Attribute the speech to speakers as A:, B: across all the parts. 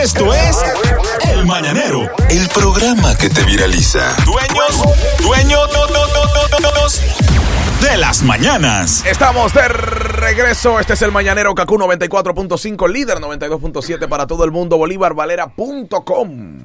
A: Esto es El Mañanero.
B: El programa que te viraliza.
A: Dueños, dueños, no, no, no, no, no, no, de las mañanas.
C: Estamos de regreso. Este es el Mañanero KQ 94.5, líder 92.7 para todo el mundo. BolívarValera.com.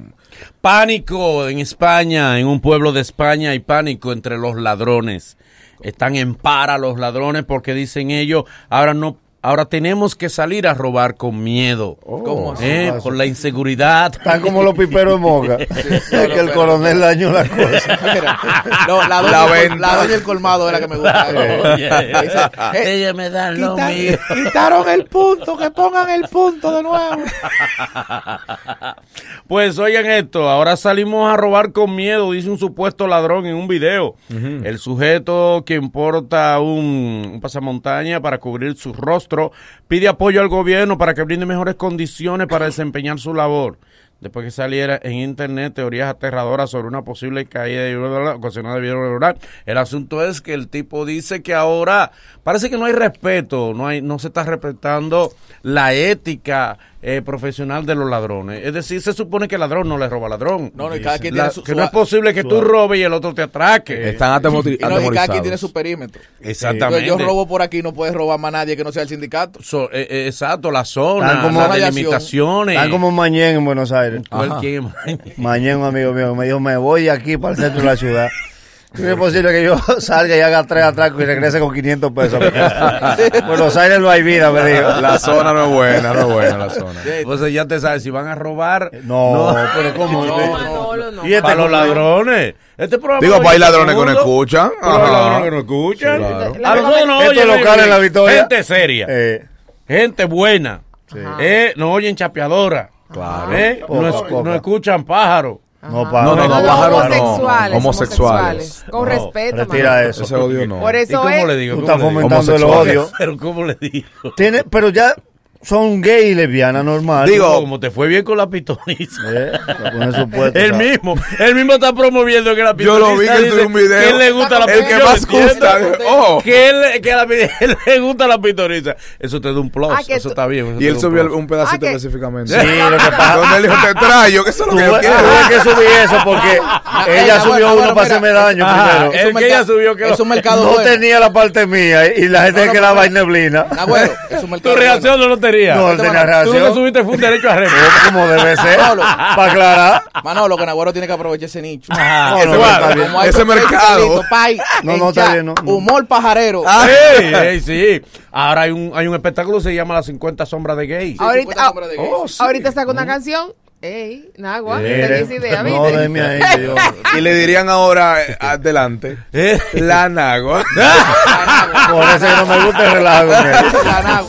D: Pánico en España, en un pueblo de España hay pánico entre los ladrones. Están en para los ladrones porque dicen ellos, ahora no Ahora tenemos que salir a robar con miedo.
E: ¿Cómo Oh, así?
D: ¿eh? Por la inseguridad.
F: Están como los piperos en moga. Es que el coronel dañó la cosa. Ah,
E: No, la
C: La
E: doña, del col-
C: venta.
E: la doña del colmado era que me gustaba.
D: Oye,
E: Esa- eh,
D: Ella me da lo
E: quita-
D: mío.
E: quitaron el punto, que pongan el punto de nuevo.
D: Pues oigan esto, ahora salimos a robar con miedo, dice un supuesto ladrón en un video. El sujeto que importa un, un pasamontaña para cubrir su rostro pide apoyo al gobierno para que brinde mejores condiciones para desempeñar su labor. Después que saliera en internet teorías aterradoras sobre una posible caída de bla, bla, ocasionada de bla, bla, bla. el asunto es que el tipo dice que ahora parece que no hay respeto, no hay, no se está respetando la ética eh, profesional de los ladrones. Es decir, se supone que el ladrón no le roba al ladrón.
E: No, no, y cada quien
D: La-
E: tiene su-
D: que
E: su-
D: no es posible que tú robes y el otro te atraque.
C: Eh, Están atemori-
E: Y, no, y cada quien tiene
C: atemorizados.
E: su perímetro.
D: Exactamente.
E: Entonces, yo robo por aquí, no puedes robar más a nadie que no sea el sindicato.
D: So- eh, eh, exacto, la zona,
F: Están como-
D: las
E: Radiación.
D: delimitaciones.
F: Están como Mañén en Buenos Aires.
D: Cualquier-
F: Mañén, un amigo mío, que me dijo, me voy aquí para el centro de la ciudad. ¿Cómo es posible que yo salga y haga tres atracos y regrese con 500 pesos? a mi casa? Buenos Aires no hay vida, me dijo.
C: La zona no es buena, no es buena la zona.
D: Entonces ya te sabes, si van a robar,
E: Eh,
F: No, pero ¿cómo?
G: No, Manolo, no.
F: Y este
D: para los
F: con-
D: ladrones. Este programa
C: Digo,
D: lo
C: para hay
D: oye todo
C: ladrones
D: el
C: que no
D: mundo.
C: escuchan.
D: Para los
C: Ajá.
D: ladrones que no escuchan.
C: Sí, claro.
D: A nosotros no
F: Estos
D: oyen,
F: locales en la Victoria.
D: Gente seria,
F: Eh,
D: gente buena. Eh, no oyen chapeadora.
C: Claro.
D: Eh, no, es-
F: Poca.
D: no escuchan pájaros.
F: no, para.
C: No, no, no, pájaro no.
G: homosexuales,
C: Homosexuales.
G: homosexuales. Con
D: No,
G: respeto.
F: Retira
G: Manolo.
F: eso.
C: Ese odio no.
G: Por
D: ¿Y
G: eso
D: cómo
G: es.
D: le digo?
F: Tú
D: ¿Cómo
F: estás
D: le digo?
F: fomentando el
C: Homosexuales.
F: odio.
D: Pero ¿cómo le digo?
F: Tiene- pero ya son gay y lesbiana normal.
C: Digo,
D: Como te fue bien con la pitoniza.
F: Eh, con esos puestos,
D: El
F: o sea.
D: mismo, el mismo está promoviendo que la
C: Yo
D: pitoniza.
C: lo vi que
D: dice
C: tuve un video.
D: Que él le gusta la
C: El que
D: pitoniza,
C: más
D: ¿entiendes? Oh.
C: gusta. Ojo.
D: Que él, que la, él le gusta la pitoniza. Eso te da un plus.
G: Ah, que
D: eso
G: tú-
D: está bien. eso
C: Y
D: te da
C: él
D: un
C: subió
D: plus.
C: un pedacito
G: Ah, que-
C: específicamente.
F: Sí, lo que pasa.
C: Donde él dijo, te trayo, que eso es lo que yo
F: Tuve,
C: quiero.
F: tuve que subir eso porque ella
E: eh,
F: subió
E: bueno,
F: uno
E: bueno,
F: para
E: mira,
F: hacerme daño
D: Ajá,
F: primero.
D: el que ella subió que
E: es
D: lo-
E: un mercado
F: No
E: bueno.
F: tenía la parte mía y la gente
E: No, no, Ah,
F: que la
E: pero-
F: vaina neblina.
E: Abuelo, es un mercado
D: Tu reacción no lo tenía.
F: No, él tenía
D: Tú lo que
F: reacción.
D: subiste fue un derecho a remo.
F: Como debe ser.
E: Pablo.
F: Para aclarar.
E: bueno. Manolo, que Nagüero tiene que aprovechar ese nicho.
D: Ajá.
F: Ah, No, no,
C: Igual.
F: está bien.
E: Como hay
C: Ese
E: perfecto,
C: mercado.
E: listo, pay,
F: No,
E: en
F: no, está
E: chat,
F: bien, no, no. Ah,
E: Humor pajarero.
D: Sí, eh, sí. Ahora hay un, hay un espectáculo que se llama Las 50 Sombras de Gay.
G: Ah, ahorita-
E: 50 sombras de gay.
C: Oh, sí.
G: Ahorita saca una canción. Ey, Nagua, tenés idea,
F: No,
G: ¿viste?
F: deme ahí que yo.
C: Y le dirían ahora, eh, adelante,
D: Eh.
C: la nagua.
F: Por eso que no me gusta el relajo con él.
E: La Nagua.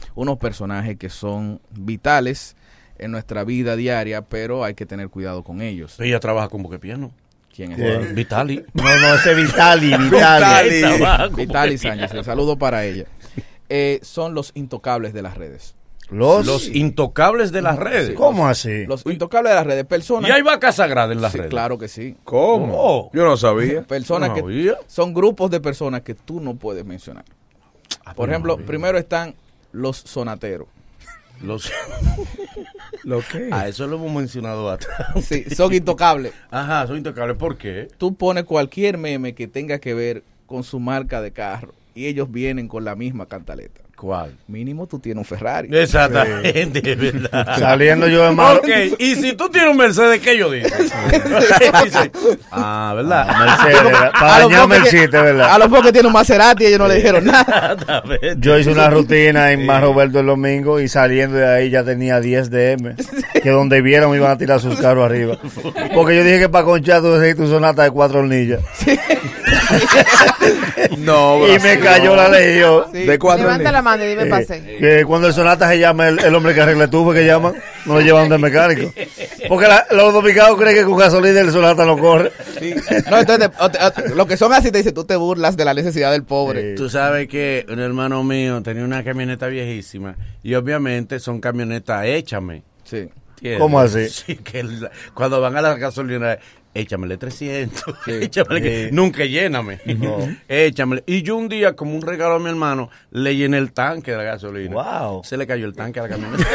E: unos personajes que son vitales en nuestra vida diaria, pero hay que tener cuidado con ellos.
D: Ella trabaja con Boquepiano.
E: ¿Quién es?
D: Vitali.
F: No, no, ese Vitali, Vitali.
D: Ahí trabaja con
E: Vitali
D: Boquepiano.
E: Sánchez, el saludo para ella. Eh, son los intocables de las redes.
F: Los.
D: Los intocables de las redes.
F: ¿Cómo así?
E: Los intocables de las redes, personas.
D: Y hay vaca sagrada en las
E: Sí,
D: redes.
E: claro que sí.
C: ¿Cómo?
D: Oh.
C: Yo no sabía.
E: Personas
D: No
E: que
D: sabía.
E: son grupos de personas que tú no puedes mencionar.
D: Ah,
E: Por ejemplo, primero están los sonateros.
D: Los-
C: ¿Lo qué?
E: Ah,
D: a eso lo hemos mencionado atrás.
E: Sí, son intocables.
D: Ajá, son intocables. ¿Por qué?
E: tú pones cualquier meme que tenga que ver con su marca de carro y ellos vienen con la misma cantaleta.
D: ¿Cuál?
E: Mínimo tú tienes un Ferrari.
D: Eh. Exactamente, de verdad.
F: Saliendo yo de malo.
D: Ok, y si tú tienes un Mercedes, ¿qué yo digo? Dice, ah, ¿verdad?
F: Mercedes, ¿verdad? para
E: los
F: dañarme el
E: pocos que-
F: chiste, ¿verdad?
E: A los pocos que tienen un Maserati ellos no le dijeron nada.
D: Exactamente.
F: Yo hice una rutina en Más Roberto el domingo y saliendo de ahí ya tenía 10 DM. Que donde vieron me iban a tirar sus carros arriba. Porque yo dije que para conchar tú necesitas tu sonata de cuatro hornillas.
C: No,
F: Y me
C: Brasil,
F: cayó
C: no.
F: la ley yo.
C: De cuatro
G: Levanta
C: niños.
G: la mano y dime
F: Eh,
G: pase.
F: que cuando el sonata se llama el, el hombre que arregla el tubo que llaman, no lo llevan de mecánico. Porque la- los dominicanos creen que con gasolina el Sonata no corre.
E: No, entonces, te- o te- o te- lo que son así te dicen, tú te burlas de la necesidad del
F: Eh,
E: pobre.
D: Tú sabes que un hermano mío tenía una camioneta viejísima y obviamente son camionetas échame.
E: Sí.
D: ¿entiendes?
F: ¿Cómo así?
D: Sí, que la- cuando van a las gasolineras, échamele 300,
E: Sí.
D: échamele que- nunca lléname, échamele. Y yo un día, como un regalo a mi hermano, le llené el tanque de la gasolina.
F: Wow.
D: Se le cayó el tanque a la camioneta.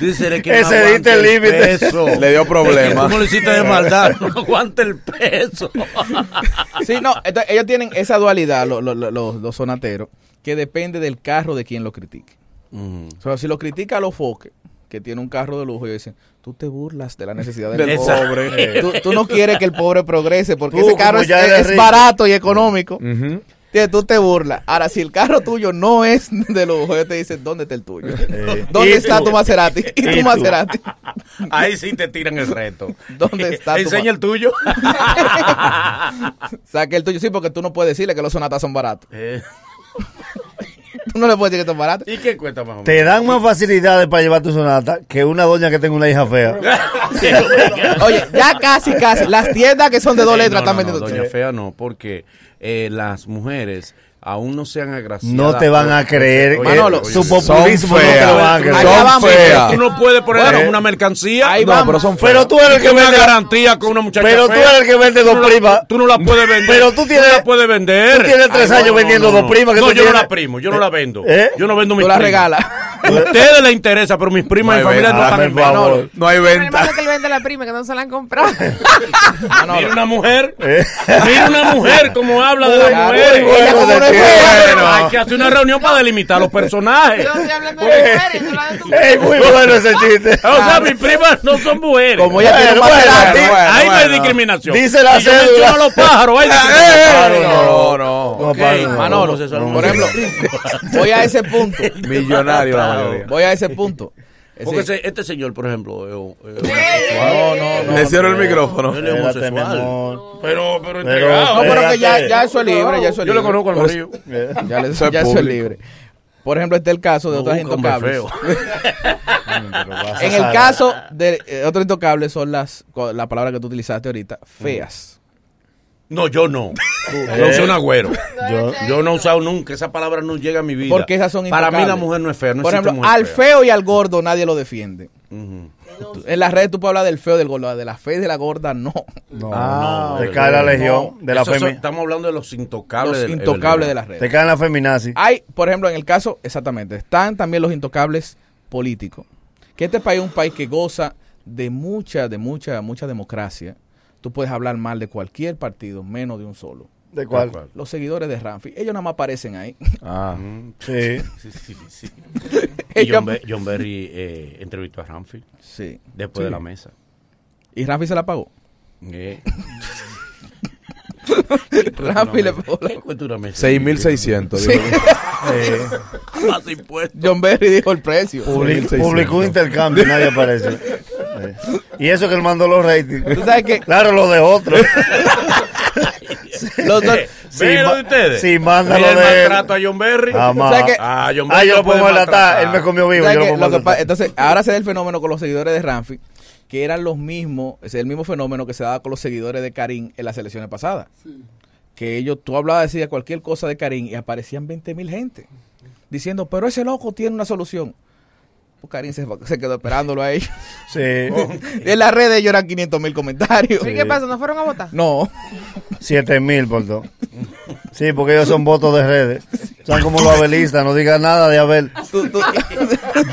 D: Dice, es que
F: Ese
D: aguanta
F: diste el límite.
D: peso.
C: Le dio
D: Es que
C: problemas.
D: tú me lo hiciste de maldad, no aguanta el peso.
E: Sí, no, entonces, ellos tienen esa dualidad, lo- lo- lo- los, los sonateros, que depende del carro de quien lo critique.
D: Mm.
E: O sea, si lo critica a los foques, que tiene un carro de lujo, y dicen, tú te burlas de la necesidad del
C: Del
E: pobre.
C: pobre.
E: Tú, tú no quieres que el pobre progrese porque
F: Tú,
E: ese carro
F: como
E: es,
F: ya eres
E: es
F: rico.
E: barato y económico.
C: Ujú.
E: Entonces, Tú te burlas. Ahora, si el carro tuyo no es de lujo, ellos te dicen, ¿dónde está el tuyo?
F: Eh,
E: ¿Dónde
F: ¿y
E: está
F: tú?
E: tu Maserati? ¿Y
F: ¿Y
E: tu
F: tú?
E: Maserati?
D: Ahí sí te tiran el reto. Eh,
E: ¿Dónde está tu
D: Enseña
E: ma-
D: el tuyo.
E: Saque el tuyo, sí, porque tú no puedes decirle que los sonatas son baratos.
D: Eh,
E: Tú no le puedes decir que son baratos.
D: ¿Y qué cuesta más o menos?
F: Te dan más facilidades para llevar tu Sonata que una doña que tenga una hija fea.
E: Oye, ya casi, casi. Las tiendas que son de dos
D: Eh,
E: letras
D: no,
E: están
D: no, no,
E: vendiendo.
D: Doña Fea no, porque eh, las mujeres aún no se han agraciado.
F: No te van a creer. que
E: Manolo,
F: tu
E: son
F: populismo no te
C: feas.
F: lo van a creer.
E: Allá
C: Son
E: vamos,
C: feas.
D: Tú no puedes poner
E: Bueno,
D: a una mercancía.
E: ahí
D: no,
E: vamos.
C: pero son feas.
F: Pero tú eres el que
D: una
F: vende. la-
D: garantía con una muchacha
F: Pero tú
D: fea.
F: eres el que vende
D: Tú
F: dos
D: no la-
F: primas.
D: Tú no la puedes vender.
F: Pero tú tienes-
D: no la puedes vender.
F: tú tienes tres años vendiendo dos primas que
D: no,
F: tú
D: yo no
F: tienes.
D: la primo, yo no la vendo.
F: ¿Eh?
D: Yo no vendo mis
E: Tú la
D: primas.
E: regalas.
D: Ustedes les interesa, pero mis
C: No
D: primas en
C: hay
D: familia no
C: venta,
D: están en
F: por favor.
D: venta.
C: No hay
G: El
C: venta.
G: malo que le vende la prima, que no se la han comprado.
E: Ah,
D: Mira una mujer.
F: Eh.
D: Mira una mujer como habla de
E: Muy
D: las mujeres.
E: bueno, Ella como no es
F: de ti.
E: fea,
D: Bueno, hay que hacer una reunión para delimitar los personajes.
G: Yo estoy hablando de mujeres, no la de tu
F: Ey, muy bueno ese chiste.
D: O sea, mis primas no son mujeres.
E: Como ella tiene un
F: Bueno,
E: Maserati.
F: bueno,
D: Ahí no hay
C: bueno.
D: discriminación.
F: Dice la
D: Si yo
F: cédula.
D: menciono a los Ah, pájaros,
E: Eh,
D: hay discriminación.
F: Claro,
C: No, no.
F: No, Pablo, no.
E: Manolo,
D: homosexual,
E: por ejemplo, voy a ese punto.
C: Millonario la mayoría.
E: Voy a ese punto. Es
D: Porque
E: decir,
D: ese- este señor, por ejemplo, eh, es, es
E: no, no, no.
C: Le cierro el micrófono.
D: él es
F: Espérate, mi
D: homosexual.
F: amor.
D: Pero, pero,
F: Pero-
D: entregado.
E: No, pero que ya,
F: espérate.
E: ya eso es libre, ya eso es
D: Yo
E: libre.
D: lo conozco al marido.
E: Ya, le-
C: Eso es
E: ya eso es
C: público.
E: libre. Por ejemplo, este es el caso de
D: No
E: otras
D: busca hombre
E: intocables.
D: feo.
E: En el caso de eh, otras intocables son las, co- la palabra que tú utilizaste ahorita, feas.
D: No, yo no.
F: Eh,
D: Yo soy un agüero.
F: Yo-
D: Eh. Yo no he usado nunca, esa palabra no llega a mi vida.
E: Porque esas son
D: Para mí la
E: intocables.
D: mujer no es fea. No
E: Por
D: existe
E: ejemplo,
D: mujer
E: al
D: fea.
E: feo y al gordo nadie lo defiende. Tú- En las redes tú puedes hablar del feo y del gordo, ah, de la fe y de la gorda no.
F: No,
C: Ah,
F: te cae la legión
D: No,
F: de la
D: esos son-
F: femi.
D: Estamos hablando de los intocables.
E: Los
D: del-
E: intocables de
D: del-
E: las
F: Te
E: redes.
F: cae la feminazi.
D: Ah,
E: Hay, por ejemplo, en el caso, exactamente, están también los intocables políticos. Que este país es un país que goza de mucha, de mucha, mucha democracia. Tú puedes hablar mal de cualquier partido, menos de un solo.
F: ¿De cuál?
E: Los seguidores de Ramfi, ellos nada más aparecen ahí.
C: Ah.
F: Sí.
D: Sí, sí, sí. Y
E: Ellos-
D: John, Be- John Berry eh, entrevistó a Ramfield
E: sí.
D: después de la mesa.
E: Y Ramfi se la pagó.
D: Eh.
E: Ramfi le pagó la-
D: ¿Qué cuesta una mesa?
C: 6.600.
E: Sí.
C: digo yo.
D: Más impuestos.
E: John Berry dijo el precio.
F: Public-
C: 1600.
F: Publicó un intercambio y nadie aparece. Eh. Y eso que él mandó los ratings.
E: Tú sabes que
F: Claro, los de otros.
E: los dos-
D: Eh,
F: Sí,
D: Ve lo de
F: ma-
D: ustedes.
F: sí, mándalo
D: Mira el
F: de él.
D: maltrato a John Berry.
F: Jamás.
E: O sea que-
D: Ah, John
F: Ah,
D: Berry
F: yo
D: lo
F: lo puedo
D: puede
F: relatar.
D: maltratar.
F: Él me comió vivo.
E: ¿Sabes
F: Yo lo
E: qué? Lo
F: puedo
E: que
F: maltratar.
E: pa- entonces, ahora se da el fenómeno con los seguidores de Ramfi, que eran los mismos, es el mismo fenómeno que se daba con los seguidores de Karim en las elecciones pasadas. Que ellos, tú hablabas, decías cualquier cosa de Karim y aparecían 20 mil gente diciendo, pero ese loco tiene una solución. Pues Karim se, se quedó esperándolo a ellos.
F: Sí.
E: en las redes ellos eran 500 mil comentarios.
G: ¿Y qué pasa? ¿No fueron a votar?
E: No,
F: Siete mil por todo. Sí, porque ellos son votos de redes. Son como los abelistas, no digan nada de Abel.
E: tú- tú-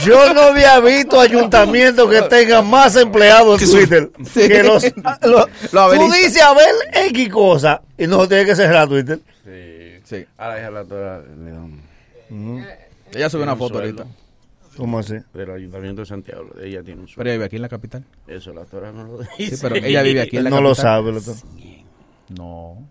F: Yo no había visto ayuntamiento que tenga más empleados en Twitter
E: Sí.
F: que los... los-
E: Los
F: tú
E: abelistas.
F: dices Abel X cosa y no tiene que cerrar Twitter.
E: Sí.
D: Ahora es la doctora León,
E: Ella subió una
D: Un
E: foto
D: sueldo.
E: ahorita.
F: ¿Cómo así?
D: del Ayuntamiento de Santiago. Ella tiene un
E: Pero
D: sueldo.
E: ella vive aquí en la capital.
D: Eso la doctora no lo
E: Sí,
D: dice.
E: pero ella vive aquí en la
F: No lo
E: capital.
F: sabe. lo to-
E: No.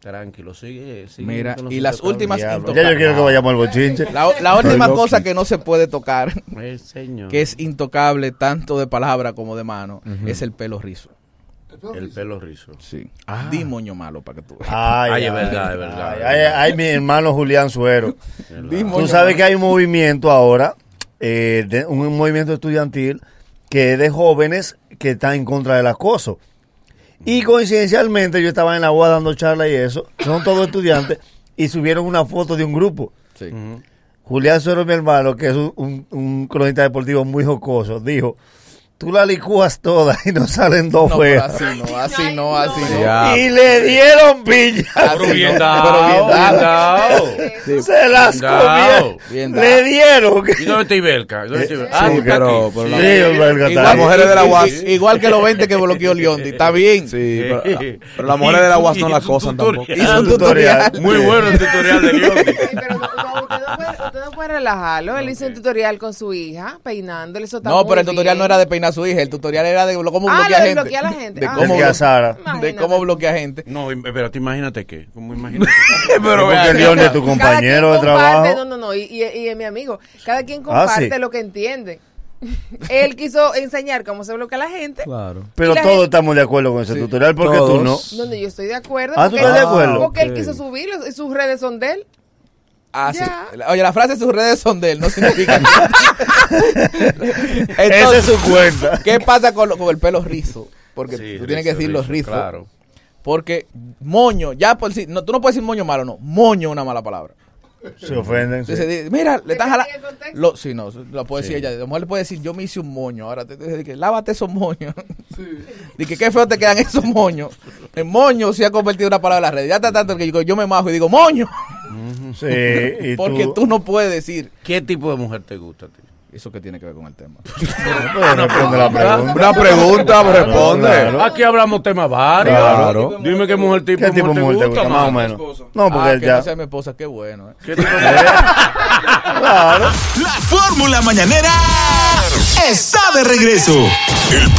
D: Tranquilo, sigue. sigue
E: Mira,
D: con los
E: y las
D: intocables.
E: últimas
F: Diablo. Ya yo
E: intocables.
F: quiero que vayamos al bochinche.
E: La, la última cosa que no se puede tocar,
D: Eh, señor.
E: que es intocable tanto de palabra como de mano, es el pelo rizo. Ah.
D: El pelo rizo.
E: Sí. Di moño malo para que tú
C: Ah,
E: veas.
F: Ay,
D: Ay, es verdad, es verdad,
F: ay,
D: es
F: ay,
D: verdad.
F: ay, mi hermano Julián Suero.
E: Di moño
F: Tú sabes
E: malo.
F: que hay un movimiento ahora, eh, de- un movimiento estudiantil que es de jóvenes que están en contra del acoso. Y coincidencialmente yo estaba en la UA dando charla y eso, son todos estudiantes, y subieron una foto de un grupo.
E: Sí.
F: Julián Suero, mi hermano, que es un, un- un cronista deportivo muy jocoso, dijo, tú la licúas toda y no salen dos
E: No, pero
F: feas.
E: así no, así no, así Ah, no.
C: Ya.
F: Y le dieron pilla.
E: Así
D: bien
E: no,
D: dado,
E: pero bien
D: bien
E: dado.
D: dado.
G: Eh,
E: Sí.
F: Se las
D: Dao.
F: comieron.
E: Bien
F: Le
E: dado.
F: dieron.
D: ¿Y dónde está Ibelka? ¿Dónde está
F: Sí,
D: Ibelka? Ah,
E: sí,
D: está
C: pero-
D: aquí.
C: pero
D: Sí.
C: la-
F: Ibelka
E: Y
F: está
E: las
F: ahí.
E: mujeres de la
C: Sí,
E: UAS.
C: sí, sí.
E: Igual que los 20 que bloqueó Leondi. Está bien.
C: Sí, pero, pero las mujeres de la UAS no la acosan tampoco.
E: Y su
F: Un
E: tutorial.
F: tutorial.
D: Muy bueno el tutorial de Leondi.
G: Sí, pero no, no, usted, no puede, usted no puede relajarlo. Él hizo un tutorial con su hija peinándole. Eso está
E: No,
G: muy
E: pero el tutorial
G: bien.
E: no era de peinar a su hija. El tutorial era de lo- cómo
G: Ah,
E: bloquear
G: lo de
E: gente.
G: bloquear a la gente.
E: De
G: Ah.
E: cómo,
F: Desde a Sara.
E: de cómo bloquear gente.
D: No, im- espérate, imagínate qué. ¿Cómo imagínate?
F: Pero
E: vea,
F: porque León es tu
G: Cada
F: compañero de
G: quien comparte-
F: trabajo.
G: No, no, no. Y, y, y es mi amigo. Cada quien
F: Ah, sí.
G: comparte lo que entiende. Él quiso enseñar cómo se bloquea la gente.
E: Claro.
F: Pero
G: Y la
F: todos
G: gente-
F: estamos de acuerdo con ese tutorial porque tú no.
C: Todos.
G: Donde yo estoy de acuerdo.
F: Ah, ¿tú
G: porque
F: estás de
G: él-
F: acuerdo?
G: Porque él
C: Ok.
G: quiso subirlo. y Sus redes son de él.
E: Ah, sí.
G: Ya.
E: La- Oye, la frase sus redes son de él, no significa nada.
F: Esa
E: Entonces,
F: es su cuenta.
E: ¿qué pasa con, lo- con el pelo rizo? Porque
D: Sí,
E: tú tienes
D: rizo,
E: que decir los
D: rizo,
E: rizos.
D: claro.
E: Porque moño, ya por si, no, tú no puedes decir moño malo, no. Moño es una mala palabra.
F: Se ofenden. sí.
E: Entonces, di- mira, le estás jalando.
G: Depende del contexto.
E: Lo, sí, no, lo puede decir ella. A lo mejor le puede decir, yo me hice un moño. Ahora te, te- que lávate esos moños. Dije, qué feo te quedan esos moños. El moño se ha convertido en una palabra en la red. Ya está tanto que digo, yo me majo y digo, moño.
F: Sí, y
E: Porque tú no puedes decir.
D: ¿Qué tipo de mujer te gusta, tío?
E: ¿Eso que tiene que ver con el tema?
F: Pero responde
G: Ah,
F: la pregunta.
C: Una pregunta, responde.
F: Claro.
D: Aquí hablamos temas varios.
C: Claro.
D: Dime qué mujer tipo,
F: ¿Qué tipo de mujer te gusta? Más o
D: mano?
F: menos. No, porque
E: ah, que
F: ya.
E: no sea mi esposa, qué bueno. eh.
D: ¿Qué tipo de mujer?
F: Claro.
A: La fórmula mañanera está de regreso. El